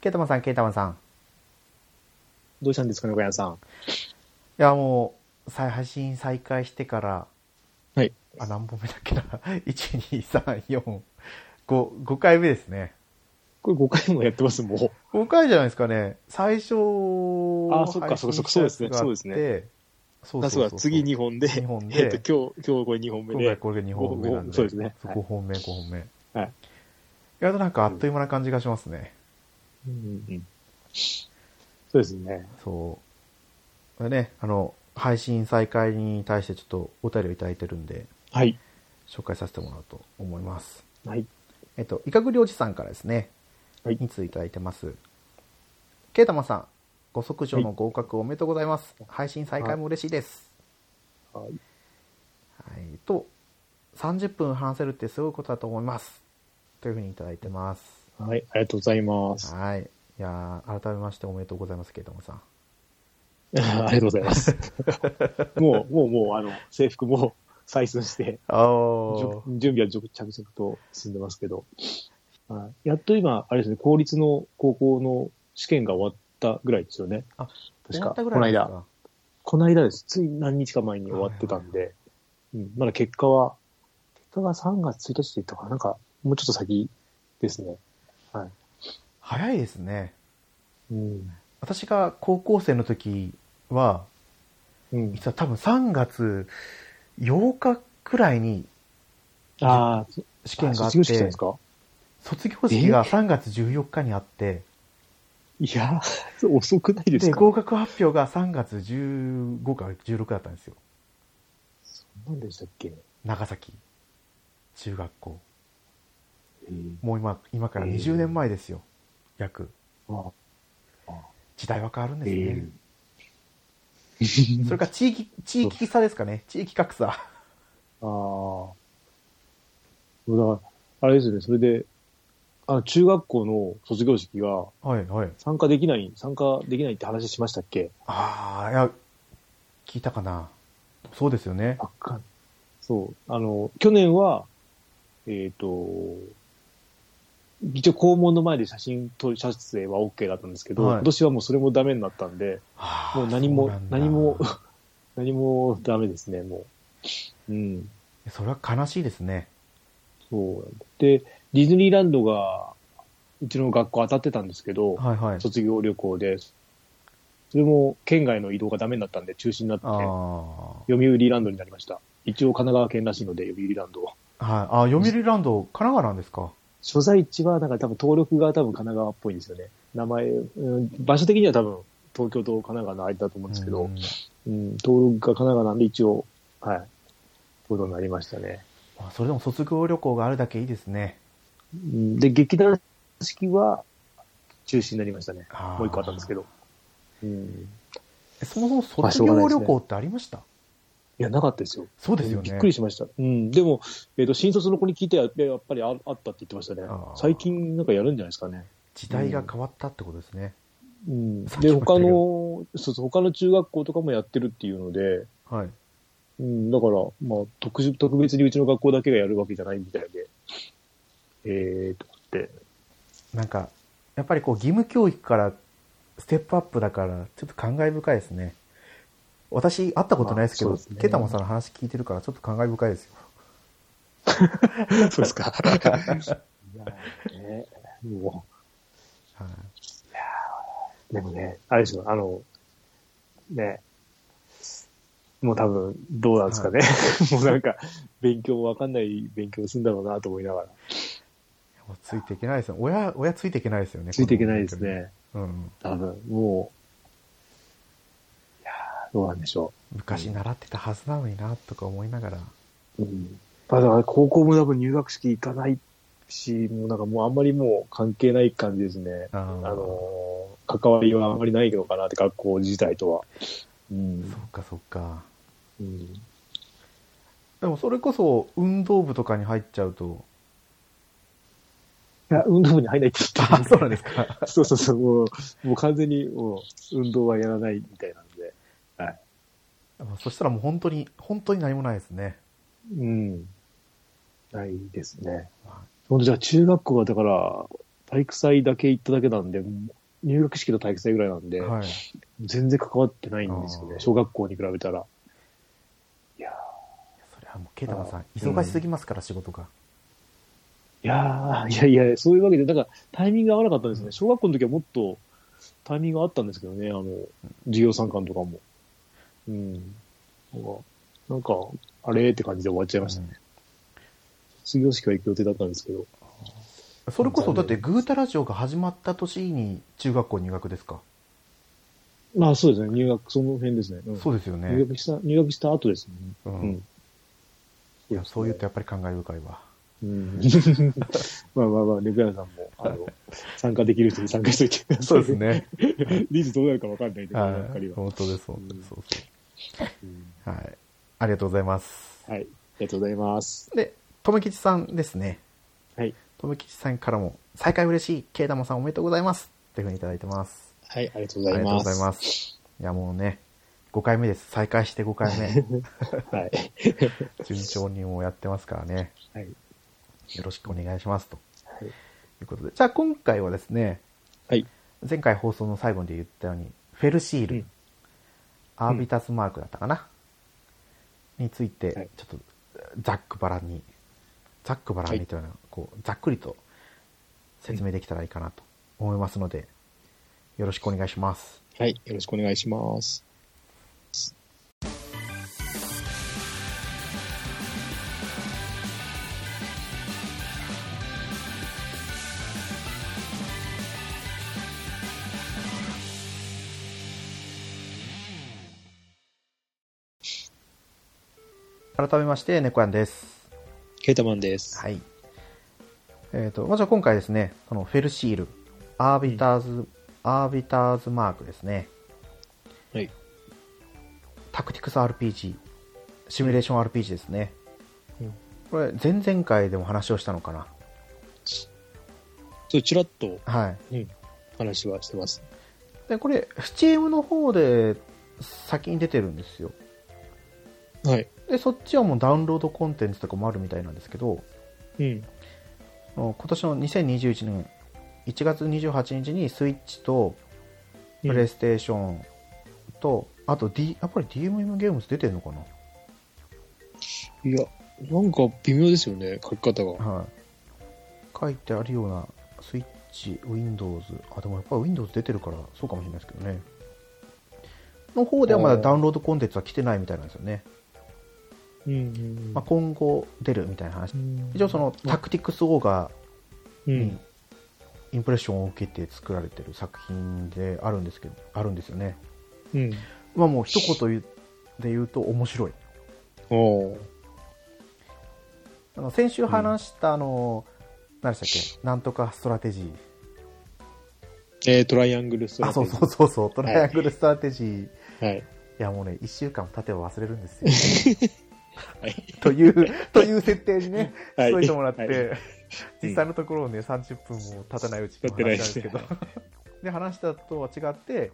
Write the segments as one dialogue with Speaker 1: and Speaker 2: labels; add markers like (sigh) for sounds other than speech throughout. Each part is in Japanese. Speaker 1: ケイタマンさん、ケイタマンさん。い
Speaker 2: どうしたんですかね、小山さん。
Speaker 1: や、もう、再配信再開してから、
Speaker 2: はい。
Speaker 1: あ、何本目だっけな。1、2、3、4、5、5回目ですね。
Speaker 2: これ5回もやってます、もう。
Speaker 1: 5回じゃないですかね。最初、
Speaker 2: あそっかそっかそっかそうですねそうですね。
Speaker 1: そう
Speaker 2: だ
Speaker 1: そ
Speaker 2: そう
Speaker 1: そ
Speaker 2: う
Speaker 1: う
Speaker 2: だ、
Speaker 1: そう。
Speaker 2: 次2本で、
Speaker 1: 二本で
Speaker 2: えっと、今日、今日これ2本
Speaker 1: 今
Speaker 2: 目
Speaker 1: 回
Speaker 2: で。
Speaker 1: これが2本目なんで。
Speaker 2: ごごそうですねはい
Speaker 1: 5本目、5本目。
Speaker 2: はい。
Speaker 1: やるとなんかあっという間な感じがしますね。
Speaker 2: うんうんうんそうですね。
Speaker 1: そう。これね、あの、配信再開に対してちょっとお便りをいただいてるんで、
Speaker 2: はい。
Speaker 1: 紹介させてもらおうと思います。
Speaker 2: はい。
Speaker 1: えっと、いかぐりおじさんからですね、
Speaker 2: はい
Speaker 1: についていただいてます。ケイタマさん、ご即上の合格おめでとうございます。配信再開も嬉しいです。
Speaker 2: はい
Speaker 1: はい、と、30分話せるってすごいことだと思います。というふうにいただいてます。
Speaker 2: はい。ありがとうございます。
Speaker 1: はい。いやー改めましておめでとうございます、ケイタマさん。
Speaker 2: ありがとうござ
Speaker 1: (laughs)
Speaker 2: います。もう、もう、もう、あの、制服も採寸して、
Speaker 1: あ
Speaker 2: じ
Speaker 1: ー
Speaker 2: ゅ準備は着々と進んでますけど。はいやっと今、あれですね、公立の高校の試験が終わったぐらいですよね。
Speaker 1: あ
Speaker 2: 確
Speaker 1: 終わ
Speaker 2: か、
Speaker 1: ったぐ
Speaker 2: こ
Speaker 1: らい
Speaker 2: の
Speaker 1: なんです
Speaker 2: 間
Speaker 1: か。。
Speaker 2: この間です。つい何日か前に終わってたんで、うん、まだ結果は、結果が3月1日って言ったかな、なんか、もうちょっと先ですね。はい。
Speaker 1: 早いですね。
Speaker 2: うん。
Speaker 1: 私が高校生の時は、
Speaker 2: うん。
Speaker 1: 実は多分3月8日くらいに
Speaker 2: ああ、
Speaker 1: 試験
Speaker 2: あ
Speaker 1: があっ
Speaker 2: 卒業式じゃない
Speaker 1: て
Speaker 2: です、か
Speaker 1: 卒業式が3月14日にあって、
Speaker 2: いやー、 (laughs) 遅くないです
Speaker 1: で、
Speaker 2: か
Speaker 1: 合格発表が3月15か16だったんですよ。
Speaker 2: 何でしたっけ、
Speaker 1: 長崎。中学校。
Speaker 2: えー、
Speaker 1: もう今、今から20年前ですよ。約。
Speaker 2: あ
Speaker 1: 時代は変わるんです
Speaker 2: え
Speaker 1: ね。
Speaker 2: ー
Speaker 1: それから地域、地域差ですかね。地域格差。
Speaker 2: ああ。だから、あれですよね、それで、あの中学校の卒業式が
Speaker 1: はい、はい。
Speaker 2: 参加できない、参加できないって話しましたっけ
Speaker 1: ああ、いや、聞いたかな。そうですよね。
Speaker 2: あかん。そう。あの、去年は、えっ、と、一応校門の前で写真撮る、撮影は OK だったんですけど、
Speaker 1: はい
Speaker 2: 今年はもうそれもダメになったんで、
Speaker 1: はあ
Speaker 2: もう何
Speaker 1: そ
Speaker 2: も
Speaker 1: なん、だ
Speaker 2: 何も、 (laughs) 何もダメですね、もう。うん。
Speaker 1: (laughs) それは悲しいですね。
Speaker 2: そう。で、ディズニーランドが、うちの学校当たってたんですけど、
Speaker 1: はいはい。
Speaker 2: 卒業旅行で、それも県外の移動がダメになったんで中止になって、
Speaker 1: あ
Speaker 2: 読
Speaker 1: あ。
Speaker 2: 売ランドになりました。一応神奈川県らしいので、読売ランド。
Speaker 1: はい。あ、読売ランド、神奈川なんですか。
Speaker 2: 所在地は、なんか多分登録が多分神奈川っぽいんですよね。名前、うん、場所的には多分東京と神奈川の間だと思うんですけ
Speaker 1: う
Speaker 2: ど、うんん登録が神奈川なんで一応、はい、ことになりましたね。
Speaker 1: まあそれでも卒業旅行があるだけいいですね。
Speaker 2: うんで、劇団式は中止になりましたね。
Speaker 1: あー
Speaker 2: もう一個あったんですけど。うん、
Speaker 1: そもそ
Speaker 2: ま
Speaker 1: も
Speaker 2: あし
Speaker 1: 卒
Speaker 2: ょうがない
Speaker 1: 業旅
Speaker 2: ですね
Speaker 1: 行ってありました、
Speaker 2: いや、なかったですよ。
Speaker 1: そうですよね。
Speaker 2: びっくりしました。うん。でも、えっ、と、新卒の子に聞いて、いややっぱりああったって言ってましたね
Speaker 1: あー。
Speaker 2: 最近なんかやるんじゃないですかね。
Speaker 1: 時代が変わったってことですね。
Speaker 2: うん。
Speaker 1: さっきも
Speaker 2: で、
Speaker 1: 言った
Speaker 2: 他
Speaker 1: けど
Speaker 2: の、そうそう、他の中学校とかもやってるっていうので、
Speaker 1: はい。
Speaker 2: うん、だから、まあ、特殊特別にうちの学校だけがやるわけじゃないみたいで、えーと思って、
Speaker 1: なんか、やっぱりこう義務教育からステップアップだから、ちょっと感慨深いですね。私、会ったことないですけど、
Speaker 2: まあそうですね
Speaker 1: ケタモンさんの話聞いてるから、ちょっと感慨深いですよ。
Speaker 2: (laughs) そうですか。いやね、も
Speaker 1: はい、
Speaker 2: う、でもね、あれですよ、あの、ね、もう多分、どうなんですかね。 (laughs) もうなんか、勉強わかんない勉強するんだろうなと思いながら。
Speaker 1: もうついていけないですよ。親、親ついていけないですよね。
Speaker 2: ついていけないですね。
Speaker 1: この。うん。
Speaker 2: 多分、もう、いやーどうなんでしょう。
Speaker 1: 昔習ってたはずなのにな、とか思いながら。
Speaker 2: うん。ただ、高校も多分入学式行かないし、もうなんかもうあんまりもう関係ない感じですね。
Speaker 1: あ
Speaker 2: あ
Speaker 1: ー
Speaker 2: のー関わりはあんまりないのかなって、学校自体とは。うん
Speaker 1: そ。っかそっか。
Speaker 2: うん、
Speaker 1: でもそれこそ運動部とかに入っちゃうと。
Speaker 2: いや、運動部に入らないって言った。
Speaker 1: そうなんですか。
Speaker 2: (laughs) そうそうそう、もう、もう完全に、もう、運動はやらないみたいなんで。
Speaker 1: そしたらもう本当に、本当に何もないですね。
Speaker 2: うん。ないですね。ほんと、じゃあ中学校はだから、体育祭だけ行っただけなんで、入学式と体育祭ぐらいなんで、
Speaker 1: はい。
Speaker 2: 全然関わってないんですよ
Speaker 1: あ
Speaker 2: ね
Speaker 1: ー、
Speaker 2: 小学校に比べたら。いや
Speaker 1: それはもう、ケイタマンさん、
Speaker 2: うん
Speaker 1: 忙しすぎますから、仕事が。
Speaker 2: ーいやーいやいや、そういうわけで、なんかタイミングが合わなかったんですね。小学校の時はもっとタイミングがあったんですけどね、あの、授業参観とかも。うん。なんか、なんかあれーって感じで終わっちゃいましたね。卒業式は行く予定だったんですけど。
Speaker 1: それこそ、だって、グータラジオが始まった年に中学校入学ですか。
Speaker 2: まあそうですね、入学、その辺ですね。うん
Speaker 1: そうですよ
Speaker 2: 入
Speaker 1: ね。
Speaker 2: 学した、入学した後ですね。
Speaker 1: うん
Speaker 2: うん。
Speaker 1: いやそういうとやっぱり感慨深いわ。
Speaker 2: うん。 (laughs) まあまあまあ、レクヤンさんも、あ
Speaker 1: (laughs)
Speaker 2: の、参加できる人に参加しといてください。 (laughs)
Speaker 1: ね。
Speaker 2: リーズどうなるかわかんないけど、ばっか
Speaker 1: (laughs) は
Speaker 2: り
Speaker 1: い。
Speaker 2: は。
Speaker 1: 本当です、本当で
Speaker 2: うん
Speaker 1: す。そう
Speaker 2: うん
Speaker 1: そうはい。ありがとうございます。
Speaker 2: はい。ありがとうございます。
Speaker 1: で、とめきちさんですね。
Speaker 2: はい。
Speaker 1: とめきちさんからも、再会嬉しい、ケイタマンさんおめでとうございます。っていうふうにいただいてます。
Speaker 2: はい、ありがとう
Speaker 1: あり
Speaker 2: ござい
Speaker 1: がとう
Speaker 2: ま
Speaker 1: ござ
Speaker 2: す。
Speaker 1: います。いや、もうね、5回目です。再開して5回
Speaker 2: (laughs)
Speaker 1: 目。
Speaker 2: はい。
Speaker 1: 順調にもうやってますからね。
Speaker 2: はい。
Speaker 1: よろしくお願いします。と
Speaker 2: はい
Speaker 1: いうことで。じゃあ今回はですね、
Speaker 2: はい。
Speaker 1: 前回放送の最後で言ったように、フェルシール、
Speaker 2: うん
Speaker 1: アービタスマークだったかな、につい
Speaker 2: はい
Speaker 1: て、ちょっとざっくばらんに、ざっくばらんにというような、こう、ざっくりと説明できたらいいかなと思いますので、よろしくお願いします。
Speaker 2: はい。よろしくお願いします。
Speaker 1: 改めまして、猫やんです。
Speaker 2: ケータマンです。
Speaker 1: はい。えっ、と、まずは今回ですね、このフェルシール、アービターズ、アービターズマークですね。
Speaker 2: はい。
Speaker 1: タクティクス RPG、シミュレーション RPG ですね。
Speaker 2: うん
Speaker 1: これ、前々回でも話をしたのかな。
Speaker 2: ちょ、ちらっと、
Speaker 1: はい。
Speaker 2: うん、話はしてます。
Speaker 1: で、これ、スチームの方で先に出てるんですよ。
Speaker 2: はい。
Speaker 1: で、そっちはもうダウンロードコンテンツとかもあるみたいなんですけど、
Speaker 2: うん。
Speaker 1: あの今年の2021年1月28日にスイッチと
Speaker 2: う
Speaker 1: プ
Speaker 2: ん
Speaker 1: レイステーションと、あと、D、やっぱり DMM ゲームズ出てるのか
Speaker 2: いや、なんか微妙ですよね、書き方が。
Speaker 1: な、はい、書いてあるようなスイッチ Windows あでもやっぱり Windows 出てるからそうかもしれないですけどねの方ではまだダウンロードコンテンツは来てないみたいなんですよね、
Speaker 2: うんうん
Speaker 1: まあ、今後出るみたいな話
Speaker 2: うん。
Speaker 1: 一応そのタクティクスオーガー
Speaker 2: うん、
Speaker 1: にインプレッションを受けて作られてる作品であるんですけどあるんですよね
Speaker 2: うん。
Speaker 1: まあもう一言言うで言うと面白い
Speaker 2: おー
Speaker 1: あの先週話したあの、何でしたっけなんとかストラテジー
Speaker 2: えー、トライアングルストラ
Speaker 1: あ
Speaker 2: テ
Speaker 1: そう
Speaker 2: ジ
Speaker 1: そ
Speaker 2: ー
Speaker 1: うそうそうトライアングルストラテジー、い、
Speaker 2: はい。
Speaker 1: やもうね1週間経てば忘れるんですよ
Speaker 2: はい。
Speaker 1: (laughs) というという設定にね
Speaker 2: はい
Speaker 1: しといてもらって、
Speaker 2: はい
Speaker 1: 実際のところをね30分も経たないうちに
Speaker 2: 経ってない
Speaker 1: 話したんですけど (laughs) で話したとは違って、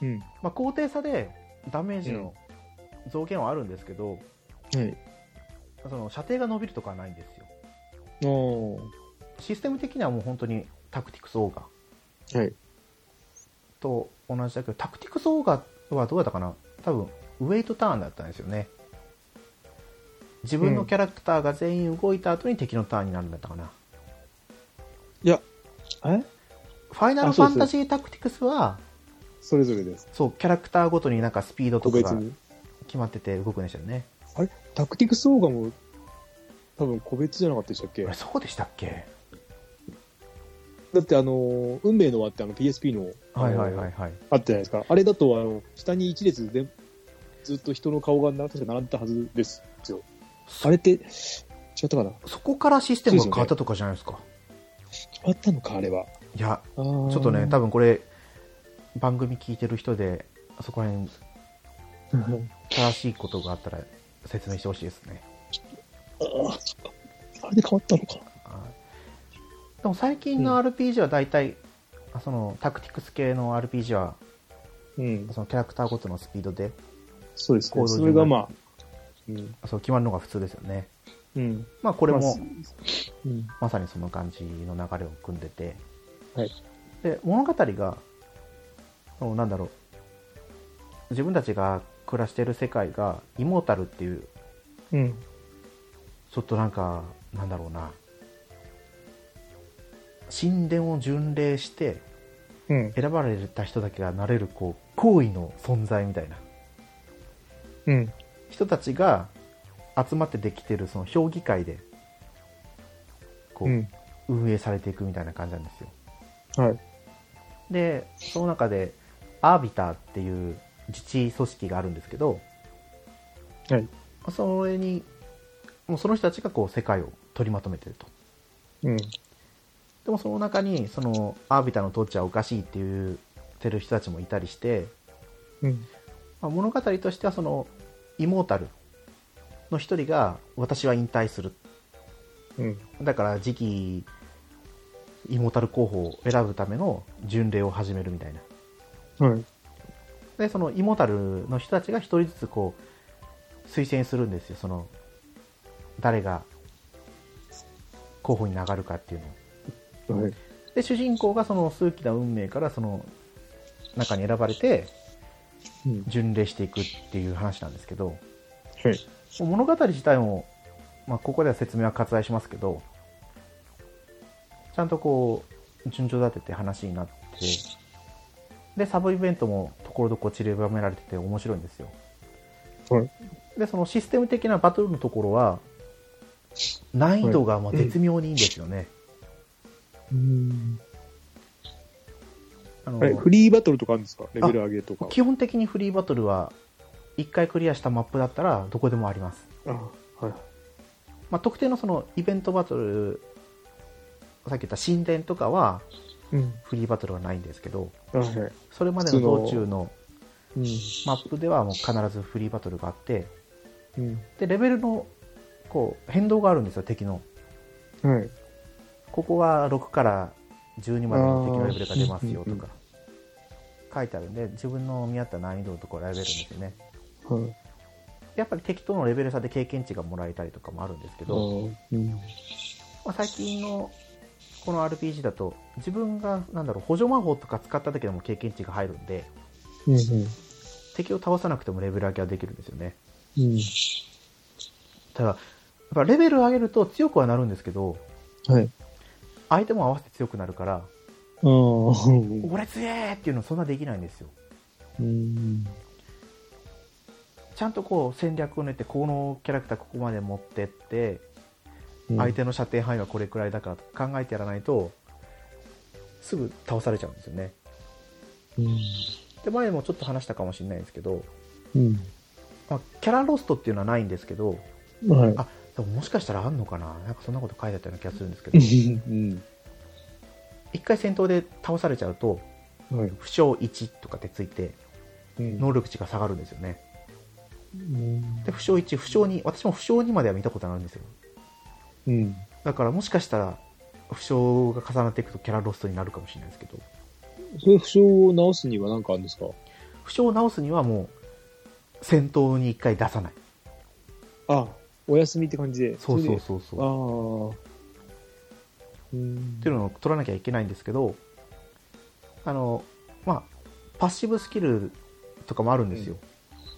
Speaker 2: うん。
Speaker 1: まあ、高低差でダメージの増減はあるんですけど、
Speaker 2: はい。
Speaker 1: その射程が伸びるとかはないんですよ
Speaker 2: おー
Speaker 1: システム的にはもう本当にタクティクスオーガー
Speaker 2: はい。
Speaker 1: と同じだけどタクティクスオーガはどうだったかな多分ウェイトターンだったんですよね自分のキャラクターが全員動いた後に敵のターンになるんだったかな、
Speaker 2: え
Speaker 1: ファイナル
Speaker 2: あ
Speaker 1: フ
Speaker 2: そう
Speaker 1: ァ
Speaker 2: です
Speaker 1: ンタジータクティクスは
Speaker 2: それぞれです。
Speaker 1: そうキャラクターごとになんかスピードと
Speaker 2: 個
Speaker 1: か
Speaker 2: 別
Speaker 1: が
Speaker 2: に。
Speaker 1: 決まってて動くんでしたよね
Speaker 2: あれタクティクスオーガも、多分個別じゃなかったでしたっけ
Speaker 1: あれそうでしたっけ
Speaker 2: だってあのー、運命の輪ってあの PSP の、。
Speaker 1: はいはいはいいはい
Speaker 2: あったじゃないですか。あれだと、あの、下に一列で、ずっと人の顔がな確か並んでたはずですよ。あれって、違ったかな
Speaker 1: そこからシステムが変わったとかじゃないですか
Speaker 2: 変わったのか、あれは。
Speaker 1: いや
Speaker 2: あー
Speaker 1: ちょっとね、多分これ、番組聞いてる人で、そこら辺、正しいことがあったら説明してほしいですね。
Speaker 2: ああ、そっか。あれで変わったのか。
Speaker 1: はいでも最近の RPG は大体、あそのタクティクス系の RPG は、
Speaker 2: うん。
Speaker 1: そのキャラクターごとのスピードで、
Speaker 2: そうです
Speaker 1: 行
Speaker 2: ね。
Speaker 1: 動
Speaker 2: それがまあ、うん。
Speaker 1: そう決まるのが普通ですよね。
Speaker 2: うん。
Speaker 1: まあこれ
Speaker 2: まあ
Speaker 1: も、
Speaker 2: うん。
Speaker 1: まさにその感じの流れを組んでて、
Speaker 2: はい。
Speaker 1: で物語がそのなんだろう自分たちが暮らしてる世界がイモータルっていう
Speaker 2: うん。
Speaker 1: ちょっとなんかなんだろうな神殿を巡礼して
Speaker 2: うん。
Speaker 1: 選ばれた人だけがなれるこう好意の存在みたいな
Speaker 2: うん。
Speaker 1: 人たちが集まってできてるその評議会でこ
Speaker 2: う。
Speaker 1: うん運営されていくみたいな感じなんですよ、
Speaker 2: はい。
Speaker 1: でその中でアービターっていう自治組織があるんですけど、
Speaker 2: はい
Speaker 1: それにもうその人たちがこう世界を取りまとめてると
Speaker 2: うん。
Speaker 1: でもその中にそのアービターの統治はおかしいって言ってる人たちもいたりして、
Speaker 2: うん。
Speaker 1: まあ、物語としてはそのイモータルの一人が私は引退する
Speaker 2: うん。
Speaker 1: だから次期イモータル候補を選ぶための巡礼を始めるみたいな
Speaker 2: はい。
Speaker 1: でそのイモタルの人たちが一人ずつこう推薦するんですよその誰が候補に上がるかっていうのを
Speaker 2: はい。
Speaker 1: で主人公がその数奇な運命からその中に選ばれて
Speaker 2: うん。
Speaker 1: 巡礼していくっていう話なんですけど
Speaker 2: はい。
Speaker 1: 物語自体も、まあ、ここでは説明は割愛しますけどちゃんとこう順序立てて話になってでサブイベントもところどころ散りばめられてて面白いんですよ
Speaker 2: はい。
Speaker 1: でそのシステム的なバトルのところは難易度がまあ絶妙にいいんですよね、
Speaker 2: うん。
Speaker 1: あの
Speaker 2: あれ、フリーバトルとかあるんですかレベル上げとか。
Speaker 1: 基本的にフリーバトルは1回クリアしたマップだったらどこでもあります、
Speaker 2: あ、はい。
Speaker 1: まあ、特定のそのイベントバトルさっき言った神殿とかは
Speaker 2: うん。
Speaker 1: フリーバトルはないんですけど
Speaker 2: あ、はい。
Speaker 1: それまでの道中の
Speaker 2: うん。
Speaker 1: マップではもう必ずフリーバトルがあって
Speaker 2: うん。
Speaker 1: でレベルのこう変動があるんですよ敵の
Speaker 2: はい。
Speaker 1: ここは6から12までの敵のレベルが出ますよとか書いてあるんで自分の見合った難易度のところを選べるんですよね
Speaker 2: はい。
Speaker 1: やっぱり敵とのレベル差で経験値がもらえたりとかもあるんですけど、
Speaker 2: うん。
Speaker 1: まあ、最近のこの RPG だと自分がなんだろう補助魔法とか使っただけでも経験値が入るんで
Speaker 2: うん。
Speaker 1: 敵を倒さなくてもレベル上げはできるんですよね
Speaker 2: うん。
Speaker 1: ただやっぱレベル上げると強くはなるんですけど
Speaker 2: はい。
Speaker 1: 相手も合わせて強くなるから
Speaker 2: ああ。
Speaker 1: 「俺強え!」っていうのそんなできないんですよ
Speaker 2: うん。
Speaker 1: ちゃんとこう戦略を練ってこのキャラクターここまで持ってって相。手の射程範囲はこれくらいだからと考えてやらないとすぐ倒されちゃうんですよね
Speaker 2: うん。
Speaker 1: で前もちょっと話したかもしれないんですけど、
Speaker 2: うん。
Speaker 1: まあ、キャラロストっていうのはないんですけど
Speaker 2: はい。
Speaker 1: あでももしかしたらあんのかななんかそんなこと書いてあったような気がするんですけど
Speaker 2: うん。
Speaker 1: 一回戦闘で倒されちゃうと
Speaker 2: はい。
Speaker 1: 負傷1とかってついて
Speaker 2: うん
Speaker 1: 能力値が下がるんですよね
Speaker 2: うん
Speaker 1: で負傷1負傷2私も負傷2までは見たことあるんですよ
Speaker 2: うん。
Speaker 1: だからもしかしたら負傷が重なっていくとキャラロストになるかもしれないですけど
Speaker 2: そういう負傷を治すには何かあるんですか
Speaker 1: 負傷を治すにはもう戦闘に一回出さない
Speaker 2: あ、お休みって感じで。
Speaker 1: そうそう
Speaker 2: そ
Speaker 1: そうそう
Speaker 2: れで。ああ。うん
Speaker 1: っていうのを取らなきゃいけないんですけどあのまあパッシブスキルとかもあるんですよ、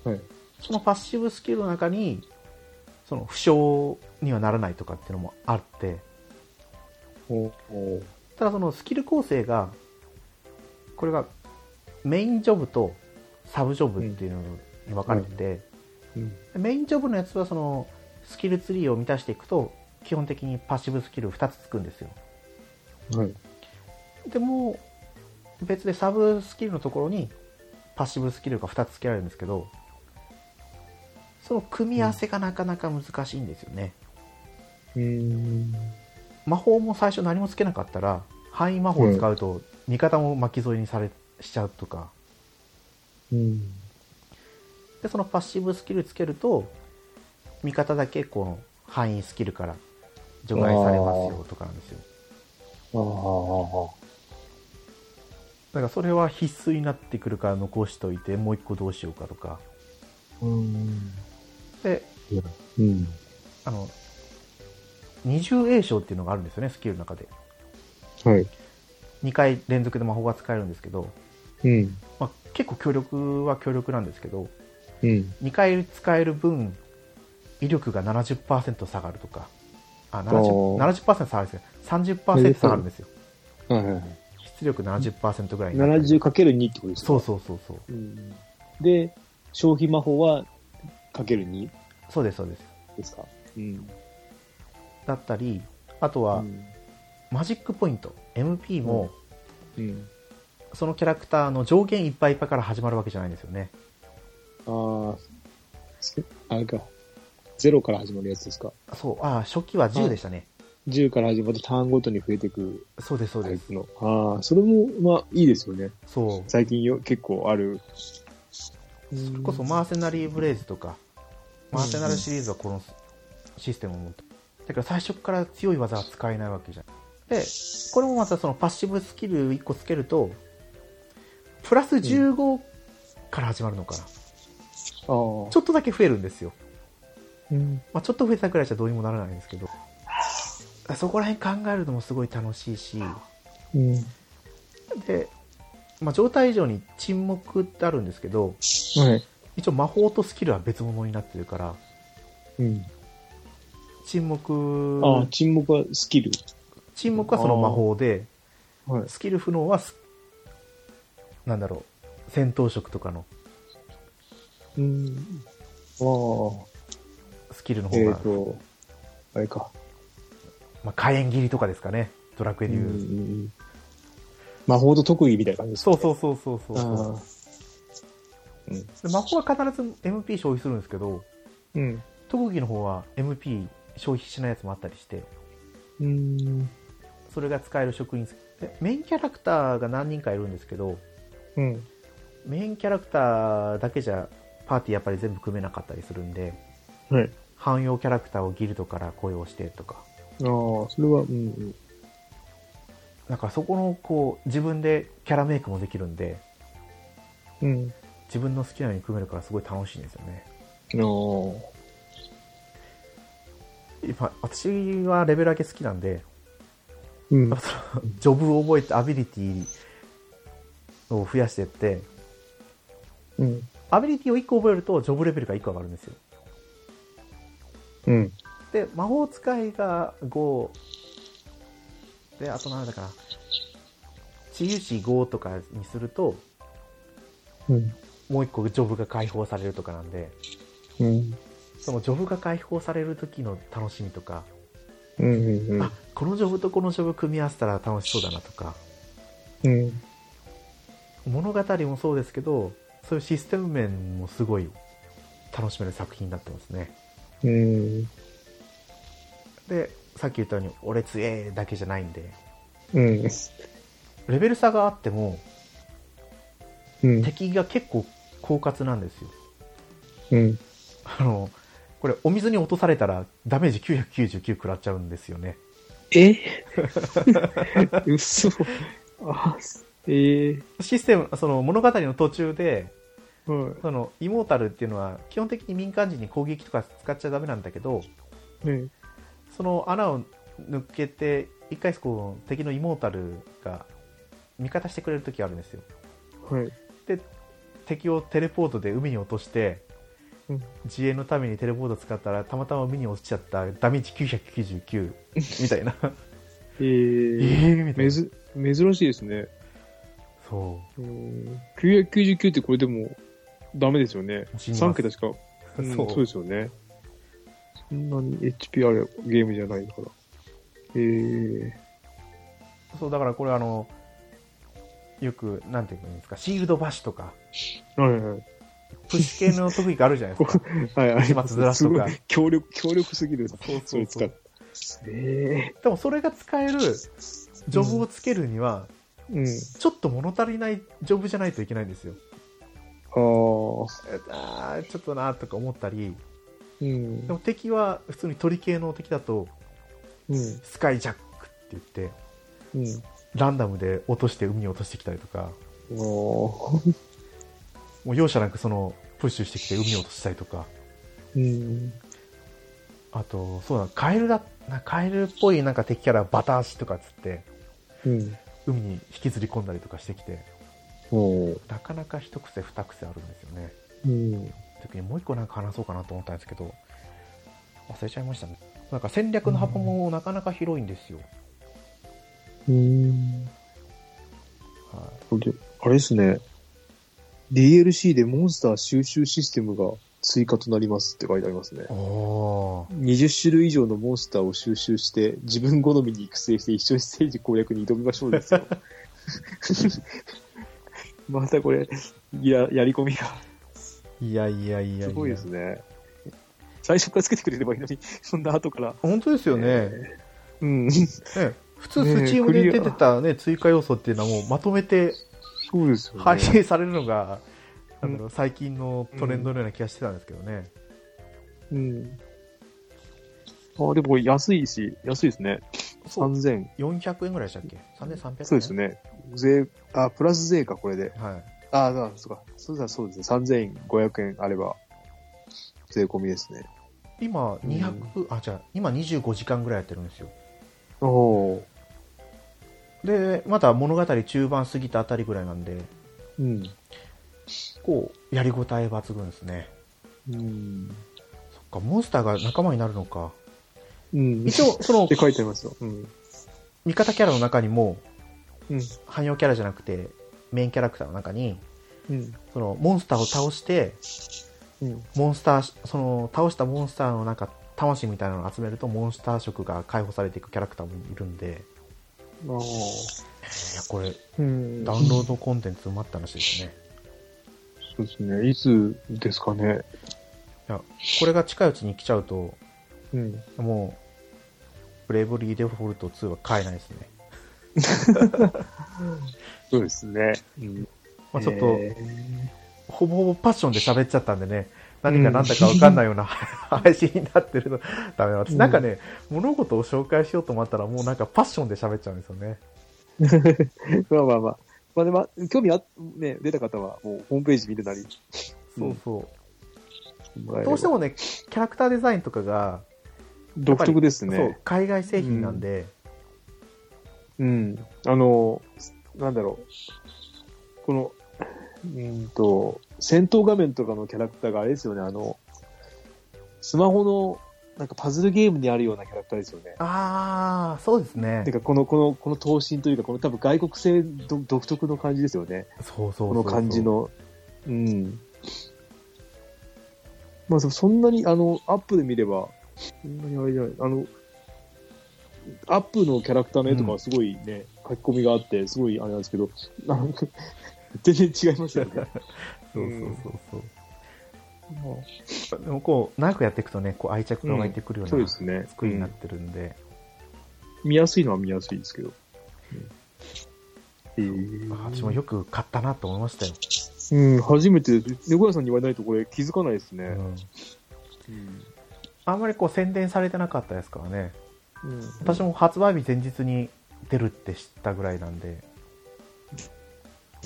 Speaker 2: うんはい
Speaker 1: そのパッシブスキルの中にその負傷にはならないとかっていうのもあって
Speaker 2: おお
Speaker 1: ただそのスキル構成がこれがメインジョブとサブジョブっていうのに分かれてて、
Speaker 2: うん。
Speaker 1: メインジョブのやつはそのスキルツリーを満たしていくと基本的にパッシブスキル2つつくんですよ
Speaker 2: はい。
Speaker 1: でも別でサブスキルのところにパッシブスキルが2つ付けられるんですけどその組み合わせがなかなか難しいんですよね、
Speaker 2: うん。
Speaker 1: 魔法も最初何もつけなかったら範囲魔法を使うと味方も巻き添えにされしちゃうとか
Speaker 2: うん。
Speaker 1: でそのパッシブスキルつけると味方だけこの範囲スキルから除外されますよとかなんですよ
Speaker 2: ああ。
Speaker 1: だからそれは必須になってくるから残しといてもう一個どうしようかとか
Speaker 2: うん。
Speaker 1: で
Speaker 2: うん。
Speaker 1: あの二重栄翔っていうのがあるんですよねスキルの中で
Speaker 2: はい。
Speaker 1: 2回連続で魔法が使えるんですけど、
Speaker 2: うん。
Speaker 1: まあ、結構強力は強力なんですけど
Speaker 2: うん。
Speaker 1: 2回使える分威力が70%下がるとかあ 70%,
Speaker 2: おー
Speaker 1: 70下がるんですけど30%下がるんですよ
Speaker 2: はいはいはい。
Speaker 1: 出力70%ぐらいになる
Speaker 2: 70×2 ってことですか
Speaker 1: そうそうそうそう
Speaker 2: うんで、消費魔法はかける2
Speaker 1: そうですそうです
Speaker 2: ですかうん。
Speaker 1: だったりあとは、
Speaker 2: うん
Speaker 1: マジックポイント MP も、
Speaker 2: うん。
Speaker 1: そのキャラクターの上限いっぱいいっぱいから始まるわけじゃないんですよね
Speaker 2: ああ、すあれか。ゼロから始まるやつですか
Speaker 1: そうあー初期は10でしたね、
Speaker 2: ?10 から始まってターンごとに増えていく
Speaker 1: そうですそう
Speaker 2: タ
Speaker 1: で
Speaker 2: イ
Speaker 1: す、
Speaker 2: プの。ああ、それも、まあ、いいですよね。
Speaker 1: そう
Speaker 2: 最近よ結構ある。そ
Speaker 1: それこそマーセナリー・ブレイズとかマーセナルシリーズはこのシステムを持ってだから最初から強い技は使えないわけじゃんでこれもまたそのパッシブスキル1個つけるとプラス15から始まるのかな、
Speaker 2: ああ
Speaker 1: ちょっとだけ増えるんですよ、
Speaker 2: うん
Speaker 1: まあ、ちょっと増えたくらいじゃどうにもならないんですけどそこら辺考えるのもすごい楽しいし
Speaker 2: うん。
Speaker 1: で、まあ、状態以上に沈黙ってあるんですけど
Speaker 2: はい。
Speaker 1: 一応魔法とスキルは別物になってるから
Speaker 2: うん。
Speaker 1: 沈黙
Speaker 2: ああ、沈黙はスキル。
Speaker 1: 沈黙はその魔法で
Speaker 2: はい。
Speaker 1: スキル不能はスなんだろう戦闘職とかの
Speaker 2: うん。ああ。
Speaker 1: スキルの
Speaker 2: え
Speaker 1: 方
Speaker 2: っ、
Speaker 1: が、
Speaker 2: と、あれか。
Speaker 1: まあ、火炎斬りとかですかねドラクエでいう、
Speaker 2: うんうんうん魔法と特技みたいな感じですか
Speaker 1: そうそうそうそうそう
Speaker 2: あ
Speaker 1: で魔法は必ず MP 消費するんですけど
Speaker 2: ーうん。
Speaker 1: 特技の方は MP 消費しないやつもあったりして
Speaker 2: うん。
Speaker 1: それが使える職員でメインキャラクターが何人かいるんですけど
Speaker 2: うん。
Speaker 1: メインキャラクターだけじゃパーティーやっぱり全部組めなかったりするんで
Speaker 2: はい。
Speaker 1: 汎用キャラクターをギルドから雇用してとか
Speaker 2: ああ、それは、うんうん。
Speaker 1: なんかそこのこう自分でキャラメイクもできるんで
Speaker 2: うん。
Speaker 1: 自分の好きなように組めるからすごい楽しいんですよね
Speaker 2: あー
Speaker 1: 今私はレベル上げ好きなんで
Speaker 2: うん。
Speaker 1: やっぱその (laughs) ジョブを覚えてアビリティを増やしてって
Speaker 2: うん。
Speaker 1: アビリティを1個覚えるとジョブレベルが1個上がるんですよ
Speaker 2: うん。
Speaker 1: で魔法使いが5であと何だかな治癒士5とかにすると
Speaker 2: うん。
Speaker 1: もう1個ジョブが解放されるとかなんで
Speaker 2: うん。
Speaker 1: そのジョブが解放される時の楽しみとか
Speaker 2: うん。
Speaker 1: あこのジョブとこのジョブ組み合わせたら楽しそうだなとか
Speaker 2: うん。
Speaker 1: 物語もそうですけどそういうシステム面もすごい楽しめる作品になってますね
Speaker 2: うん。
Speaker 1: でさっき言ったように「俺強え」だけじゃないんで
Speaker 2: うん。
Speaker 1: レベル差があっても
Speaker 2: うん。
Speaker 1: 敵が結構狡猾なんですよ
Speaker 2: うん。
Speaker 1: あのこれお水に落とされたらダメージ999食らっちゃうんですよね
Speaker 2: え (laughs) 嘘。あええ
Speaker 1: システムその物語の途中で
Speaker 2: は
Speaker 1: そのイモータルっていうのは基本的に民間人に攻撃とか使っちゃダメなんだけど
Speaker 2: い。ね
Speaker 1: その穴を抜けて一回こう敵のイモータルが味方してくれる時あるんですよ
Speaker 2: はい。
Speaker 1: 敵をテレポートで海に落として
Speaker 2: うん
Speaker 1: 自衛のためにテレポート使ったらたまたま海に落ちちゃったダメージ999みたいな
Speaker 2: え
Speaker 1: え
Speaker 2: ー
Speaker 1: ー、みたい
Speaker 2: め
Speaker 1: な
Speaker 2: ず、珍しいですね。
Speaker 1: そう
Speaker 2: ーん999ってこれでもダメですよね。
Speaker 1: う死にます
Speaker 2: 3桁しか、
Speaker 1: う
Speaker 2: うん
Speaker 1: そ
Speaker 2: そう
Speaker 1: う
Speaker 2: ですよね。そんなに HP あるゲームじゃないから。えー、
Speaker 1: そうだからこれあのよくなんていうんですかシールドバシとか
Speaker 2: はいはい。
Speaker 1: プッシュ系の特技があるじゃないですか
Speaker 2: はい、ありま
Speaker 1: 松ずらし
Speaker 2: す。す
Speaker 1: と
Speaker 2: ごい
Speaker 1: か、
Speaker 2: 強力、強力すぎる。
Speaker 1: そう (laughs) そうそう
Speaker 2: れ使って。え
Speaker 1: でもそれが使えるジョブをつけるには
Speaker 2: ー、うん。
Speaker 1: ちょっと物足りないジョブじゃないといけないんですよ。
Speaker 2: あ
Speaker 1: あーちょっとなーとか思ったり
Speaker 2: あ、うん
Speaker 1: で。も敵は普通に鳥系の敵だと
Speaker 2: うん。
Speaker 1: スカイジャックって言って
Speaker 2: うん。
Speaker 1: ランダムで落として海に落としてきたりとか
Speaker 2: おー
Speaker 1: もう容赦なくそのプッシュしてきて海に落としたりとか
Speaker 2: うん。
Speaker 1: あとそうだカエルだなカエルっぽいなんか敵キャラバタ足とかっつって
Speaker 2: うん。
Speaker 1: 海に引きずり込んだりとかしてきて
Speaker 2: おー
Speaker 1: なかなか一癖二癖あるんですよね
Speaker 2: うん。
Speaker 1: 時にもう一個なんか話そうかなと思ったんですけど忘れちゃいましたねなんか戦略の幅もなかなか広いんですよ、
Speaker 2: うん。
Speaker 1: は
Speaker 2: であれですね。DLC でモンスター収集システムが追加となりますって書いてありますね
Speaker 1: い、。お
Speaker 2: 20種類以上のモンスターを収集して、自分好みに育成して一緒にステージ攻略に挑みましょうですよ。またこれ、や、やり込みが
Speaker 1: いやいやいや
Speaker 2: すごいですね。最初からつけてくれればいいのに、そんな後から。
Speaker 1: 本当ですよね、
Speaker 2: うん。
Speaker 1: ね普通スチームで出てた、ね、追加要素っていうのはもうまとめて
Speaker 2: そうですよ
Speaker 1: 配信されるのが、
Speaker 2: うん
Speaker 1: なんだろう最近のトレンドのような気がしてたんですけどね、
Speaker 2: うん。あ、でもこれ安いし、安いですね。
Speaker 1: そう
Speaker 2: 3000。
Speaker 1: 400円ぐらいでしたっけ3300円
Speaker 2: そうです
Speaker 1: ね、
Speaker 2: ね。税、あ、プラス税か、これで。
Speaker 1: はい、
Speaker 2: あ、だそうか。そうだそうですね。3500円あれば、税込みですね。
Speaker 1: 今200、あじゃあ今25時間ぐらいやってるんですよ
Speaker 2: おお。
Speaker 1: でまだ物語中盤過ぎたあたりぐらいなんで
Speaker 2: うん。
Speaker 1: こうやりごたえ抜群ですね
Speaker 2: うん。
Speaker 1: そっかモンスターが仲間になるのか
Speaker 2: うん。
Speaker 1: 一
Speaker 2: (laughs)
Speaker 1: 応その
Speaker 2: って書いてありますよ。うん。
Speaker 1: 味方キャラの中にも
Speaker 2: うん。
Speaker 1: 汎用キャラじゃなくてメインキャラクターの中に
Speaker 2: うん。
Speaker 1: そのモンスターを倒して
Speaker 2: うん。
Speaker 1: モンスターその倒したモンスターのなんか魂みたいなのを集めるとモンスター色が解放されていくキャラクターもいるんで
Speaker 2: ああ。
Speaker 1: いやこれ
Speaker 2: うん
Speaker 1: ダウンロードコンテンツ埋まった話ですね
Speaker 2: そうですね。いつですかね。
Speaker 1: いやこれが近いうちに来ちゃうと
Speaker 2: うん。
Speaker 1: もうブレイブリーデフォルト2は買えないですね、
Speaker 2: そうですね。うん。
Speaker 1: まあ、ちょっと、
Speaker 2: え
Speaker 1: ほぼほぼパッションで喋っちゃったんでね何が何だか分かんないような (laughs) 配信になってるのダメだ私なんかね物事を紹介しようと思ったらもうなんかパッションで喋っちゃうんですよね
Speaker 2: ーまあまあまあ。まあでも、興味あ、ね、出た方は、もうホームページ見るなり。
Speaker 1: そうそう、
Speaker 2: ど
Speaker 1: どうしてもねキャラクターデザインとかが
Speaker 2: 独特です
Speaker 1: そう
Speaker 2: ね。
Speaker 1: 海外製品なんで、
Speaker 2: うん。あの、なんだろう。この、うーんと、戦闘画面とかのキャラクターがあれですよね、あの、スマホの、なんかパズルゲームにあるようなキャラクターですよね。
Speaker 1: ああそうですね
Speaker 2: てか、この、この、この闘身というか、この多分外国製ど独特の感じですよね。
Speaker 1: そうそうそうそう
Speaker 2: この感じの。うん。まあ、そそんなに、あの、アップで見れば、そんなにあれじゃない。あの、アップのキャラクターの絵とかはすごいね、書き込みがあって、すごいあれなんですけど、 (laughs) あの全然違いますよね。
Speaker 1: そうそうそうそうでもこう長くやっていくとねこう愛着が湧いてくるよ
Speaker 2: そうう
Speaker 1: な
Speaker 2: ですね。
Speaker 1: 作りになってるんで、
Speaker 2: うん見やすいのは見やすいですけど。うん
Speaker 1: あー私もよく買ったなと思いましたよ、
Speaker 2: うん、初めて、横谷さんに言われないとこれ気づかないです
Speaker 1: う
Speaker 2: ね。
Speaker 1: ん、
Speaker 2: うん
Speaker 1: あんまりこう宣伝されてなかったですからね
Speaker 2: うん
Speaker 1: 私も発売日前日に出るって知ったぐらいなんで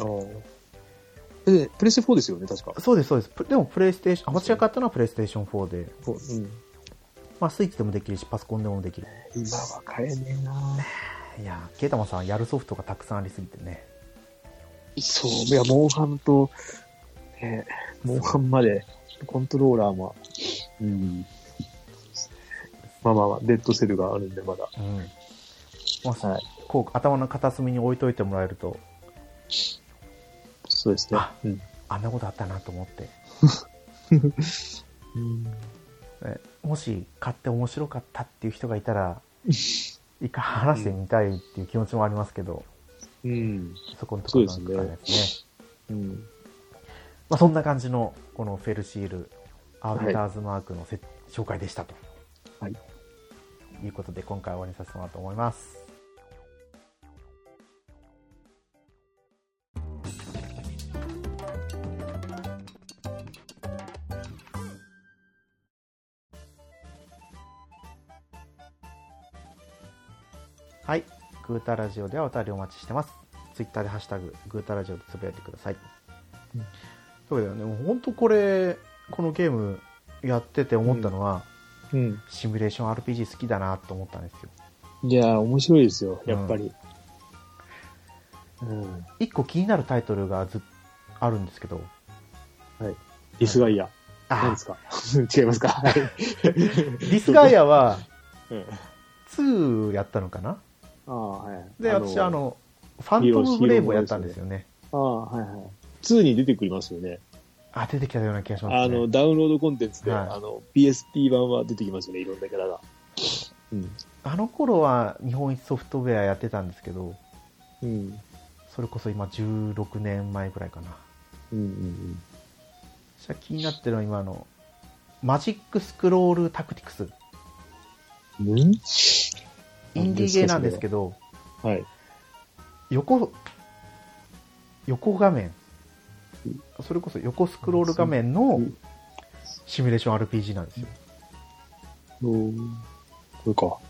Speaker 2: ああ。で、プレステ4ですよね、確か。
Speaker 1: そうですそうですプでもプレイステーションあ私が買ったのはプレイステーション4で、
Speaker 2: うん。
Speaker 1: まあ、スイッチでもできるしパソコンでもできる
Speaker 2: 今は買えねえない
Speaker 1: やーケイタマンさんはやるソフトがたくさんありすぎてね
Speaker 2: そう、いや、モンハンと、ね、モンハンまで、コントローラーも、うん。まあまあまあ、デッドセルがあるんで、まだ。
Speaker 1: うんまあ、
Speaker 2: はい
Speaker 1: こう頭の片隅に置いといてもらえると
Speaker 2: そうですね
Speaker 1: あ。
Speaker 2: うん。
Speaker 1: あんなことあったなと思ってえもし買って面白かったっていう人がいたら一回話してみたいっていう気持ちもありますけど、
Speaker 2: うん。
Speaker 1: そこのところなんか
Speaker 2: そ
Speaker 1: ね
Speaker 2: うで
Speaker 1: ですね
Speaker 2: うん。
Speaker 1: まあ、そんな感じのこのフェルシールアービターズマークのせ、紹介でしたと、
Speaker 2: はい、
Speaker 1: いうことで今回は終わりにさせてもらおうと思いますはいグータラジオではお便りお待ちしてますツイッターでハッシュタググータラジオでつぶやいてくださいそうだよねもう本当これこのゲームやってて思ったのは、
Speaker 2: うん。
Speaker 1: シミュレーション RPG 好きだなと思ったんですよ
Speaker 2: いやー、面白いですよ、やっぱり。うん。
Speaker 1: 一個気になるタイトルがずあるんですけど、
Speaker 2: ディスガイア。何
Speaker 1: あ
Speaker 2: ですか (laughs) 違いますかはい。
Speaker 1: ディスガイアは
Speaker 2: うん
Speaker 1: 2やったのかな
Speaker 2: ああ、はい。
Speaker 1: で、私、あ、の、ファントムブレイブをやったんですよね。
Speaker 2: ああ、はいはい。2に出てくりますよね。
Speaker 1: あ、出てきたような気がしま
Speaker 2: あ
Speaker 1: すね
Speaker 2: の、。ダウンロードコンテンツで、
Speaker 1: はい
Speaker 2: あの、PSP 版は出てきますよね、いろんなキャラが。うん。
Speaker 1: あの頃は日本一ソフトウェアやってたんですけど、
Speaker 2: うん。
Speaker 1: それこそ今16年前ぐらいかな。
Speaker 2: うんうん
Speaker 1: 私は気になってるのは今あの、マジックスクロールタクティクス。
Speaker 2: うん。うん
Speaker 1: インディーゲーなんですけど、
Speaker 2: はい。
Speaker 1: 横、横画面。それこそ横スクロール画面の
Speaker 2: うん
Speaker 1: シミュレーション RPG なんですよ。
Speaker 2: おーこ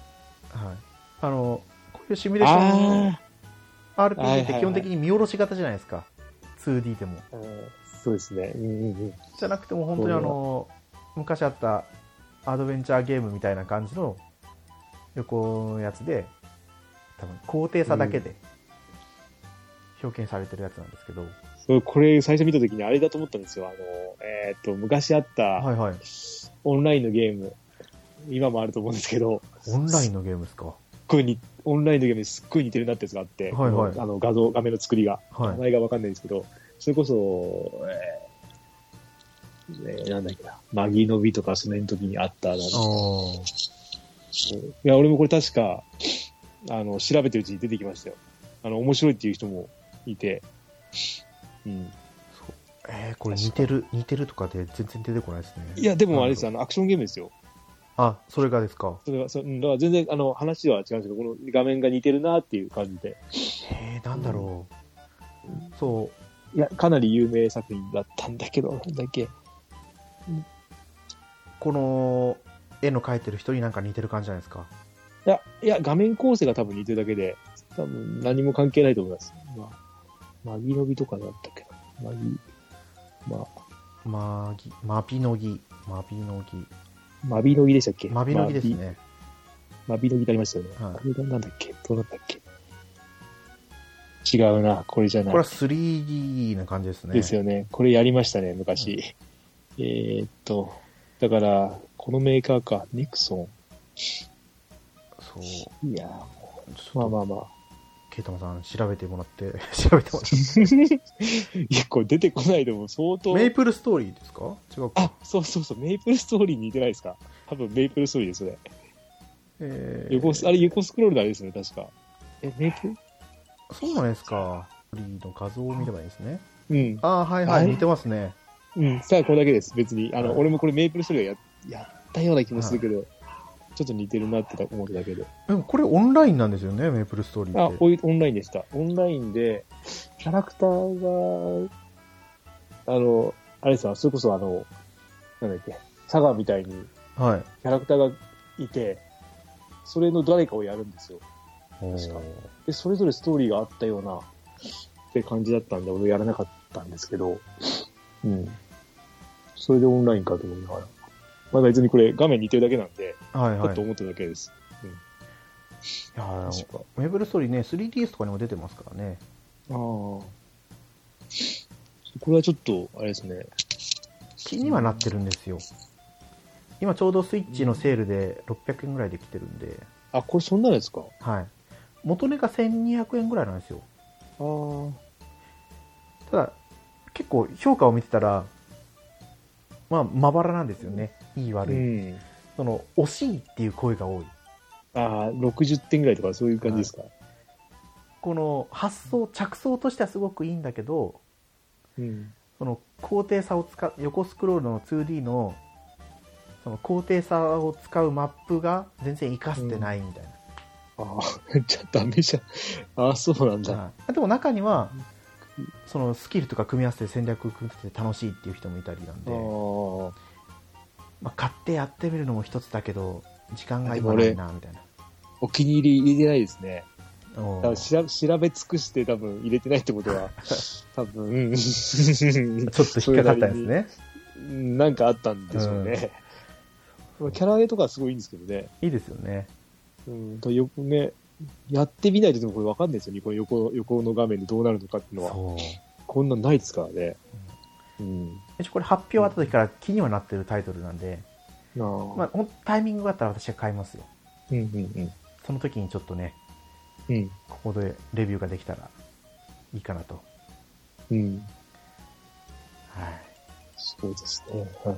Speaker 1: はい。あの、こういうシミュ
Speaker 2: れ
Speaker 1: レー
Speaker 2: か。
Speaker 1: ション
Speaker 2: あ
Speaker 1: RPG って基本的に見下ろし型じゃないですか。2D でも。
Speaker 2: あ、うんそうですね。うんうんうん。
Speaker 1: じゃなくても本当にあの昔あったアドベンチャーゲームみたいな感じの横のやつで多分高低差だけで表現されてるやつなんですけど、
Speaker 2: そうこれ最初見たときにあれだと思ったんですよ。あの、えーっと、昔あった
Speaker 1: はいはい
Speaker 2: オンラインのゲーム、今もあると思うんですけど、
Speaker 1: オンラインのゲームですか
Speaker 2: すっごいに、オンラインのゲームにすっごい似てるなってやつがあって、
Speaker 1: はいはい
Speaker 2: あの画像、画面の作りが、
Speaker 1: はい
Speaker 2: 名前がわかんないんですけど、それこそ、えーえーなんだっけな、マギノビとかその辺の時にあったな、
Speaker 1: あー
Speaker 2: いや、俺もこれ確か、あの、調べてるうちに出てきましたよ。あの、面白いっていう人もいて、うん。
Speaker 1: えー、これ似てる似てるとかで全然出てこないですね
Speaker 2: いや、でもあれですよ、あの、アクションゲームですよ。
Speaker 1: あそれがですか
Speaker 2: それは、そうんだから全然、あの、話は違うんですけど、この画面が似てるなっていう感じで、
Speaker 1: えー、なんだろう、そう
Speaker 2: いや、かなり有名作品だったんだけど、なんだっけ。
Speaker 1: この絵の描いてる人になんか似てる感じじゃないですか
Speaker 2: いや、いや、画面構成が多分似てるだけで、多分何も関係ないと思います。まあ、マギロビとかだったっけど、マギ、まあ、
Speaker 1: マギマビノギマビノギ
Speaker 2: マビノギでしたっけ
Speaker 1: マビノギです
Speaker 2: マビ
Speaker 1: ね
Speaker 2: マビノギってありましたよね。
Speaker 1: はい
Speaker 2: これがなんだっけどうだったっけ違うな、これじゃない。
Speaker 1: これは 3D な感じですね。
Speaker 2: ですよね。これやりましたね、昔。えーっと、だから、このメーカーか、ニクソ
Speaker 1: そう。ち
Speaker 2: ン。いや
Speaker 1: ょ
Speaker 2: ーま
Speaker 1: っ
Speaker 2: あ
Speaker 1: と、
Speaker 2: まあまあ。 (laughs)
Speaker 1: ケイタマさん調べてもらって、 (laughs) 調べてもらっ
Speaker 2: いや、これ出てこないでも相
Speaker 1: て。
Speaker 2: 当。
Speaker 1: メイプルストーリーですか違うか。
Speaker 2: あ、そうそうそう、メイプルストーリーに似てないですか多分メイプルストーリーですね。
Speaker 1: えー
Speaker 2: 横ス、あれ横スクロールのあれですね、確か。え、メイプル
Speaker 1: そうなんですか。ストーリーの画像を見ればいいですね。
Speaker 2: うん。
Speaker 1: あーはいは
Speaker 2: あ
Speaker 1: い、
Speaker 2: れ
Speaker 1: 似てますね。
Speaker 2: うん、さあ、これだけです。別に。あの、
Speaker 1: はい
Speaker 2: 俺もこれメイプルストーリーはややったような気もするけど、ちょっと似てるなって思っただけで。
Speaker 1: でもこれオンラインなんですよね、メイプルストーリ
Speaker 2: あ
Speaker 1: ーっ、て。
Speaker 2: おいオンラインでした。オンラインで、キャラクターが、あの、あれさ、それこそあの、なんだっけ、サガみたいに
Speaker 1: はい。
Speaker 2: キャラクターがいて、それの誰かをやるんですよ。
Speaker 1: おー
Speaker 2: 確で、それぞれストーリーがあったような、って感じだったんで、俺やらなかったんですけど、うん。それでオンラインかと思いながら。まだ別にこれ画面似てるだけなんで、
Speaker 1: はい
Speaker 2: ちょ
Speaker 1: は
Speaker 2: っ
Speaker 1: い。
Speaker 2: と
Speaker 1: い
Speaker 2: 思ってるだけです。
Speaker 1: やー
Speaker 2: 確か。
Speaker 1: メイプルストーリーね、3DS とかにも出てますからね。
Speaker 2: ああ。これはちょっと、あれですね。
Speaker 1: 気にはなってるんですよ。今ちょうどスイッチのセールで600円ぐらいできてるんで。
Speaker 2: あ、これそんなのですかあ
Speaker 1: はい。元値が1200円ぐらいなんですよ。
Speaker 2: あ。は
Speaker 1: ただ、結構評価を見てたら、まあ、まばらなんですよね。いい悪
Speaker 2: う
Speaker 1: い。
Speaker 2: ん。
Speaker 1: その、惜しいっていう声が多い。
Speaker 2: ああ、60点ぐらいとかそういう感じですか、
Speaker 1: この発想、着想としてはすごくいいんだけど、
Speaker 2: うん。
Speaker 1: その高低差を使う、横スクロールの 2D の、その高低差を使うマップが全然活かせてないみたい
Speaker 2: ああ、じゃあダメじゃん。ああ、そうなん
Speaker 1: な。
Speaker 2: だ。
Speaker 1: はいでも中には、そのスキルとか組み合わせて戦略組み立てて楽しいっていう人もいたりなんで。
Speaker 2: ああ。
Speaker 1: まあ、買ってやってみるのも一つだけど時間が
Speaker 2: でも
Speaker 1: 今
Speaker 2: 俺
Speaker 1: ないなみたいな
Speaker 2: お気に入り入れてないですね。
Speaker 1: お
Speaker 2: だから
Speaker 1: ー
Speaker 2: しら調べ尽くして多分入れてないってこと (laughs) は、多分、
Speaker 1: ちょっと引っかかったんですね
Speaker 2: うん (laughs) なんかあったんでしょうね。まあキャラ絵とかすごいいいんですけどね。
Speaker 1: いいですよね
Speaker 2: うん、とよくね、やってみないとでもこれわかんないですよね。この横、横の画面でどうなるのかっていうのは。
Speaker 1: そう
Speaker 2: こんなんないですからね。うん。
Speaker 1: 一応これ発表あった時から気にはなってるタイトルなんで、
Speaker 2: ああ
Speaker 1: まあ、ほんタイミングがあったら私は買いますよ
Speaker 2: うんうん
Speaker 1: その時にちょっとね
Speaker 2: うん。うん。
Speaker 1: ここでレビューができたらいいかなと
Speaker 2: うん。
Speaker 1: はい
Speaker 2: そうですね。はい。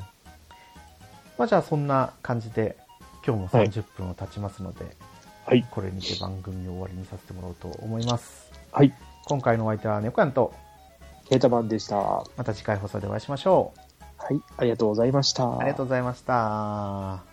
Speaker 1: まあじゃあそんな感じで今日も
Speaker 2: はい
Speaker 1: 30分を経ちますので、
Speaker 2: はい
Speaker 1: これにて番組を終わりにさせてもらおうと思います
Speaker 2: はい。
Speaker 1: 今回のお相手は猫やんと
Speaker 2: ケータマンでした。は
Speaker 1: また次回放送でお会いしましょう
Speaker 2: い。ありがとうございました。
Speaker 1: ありがとうございました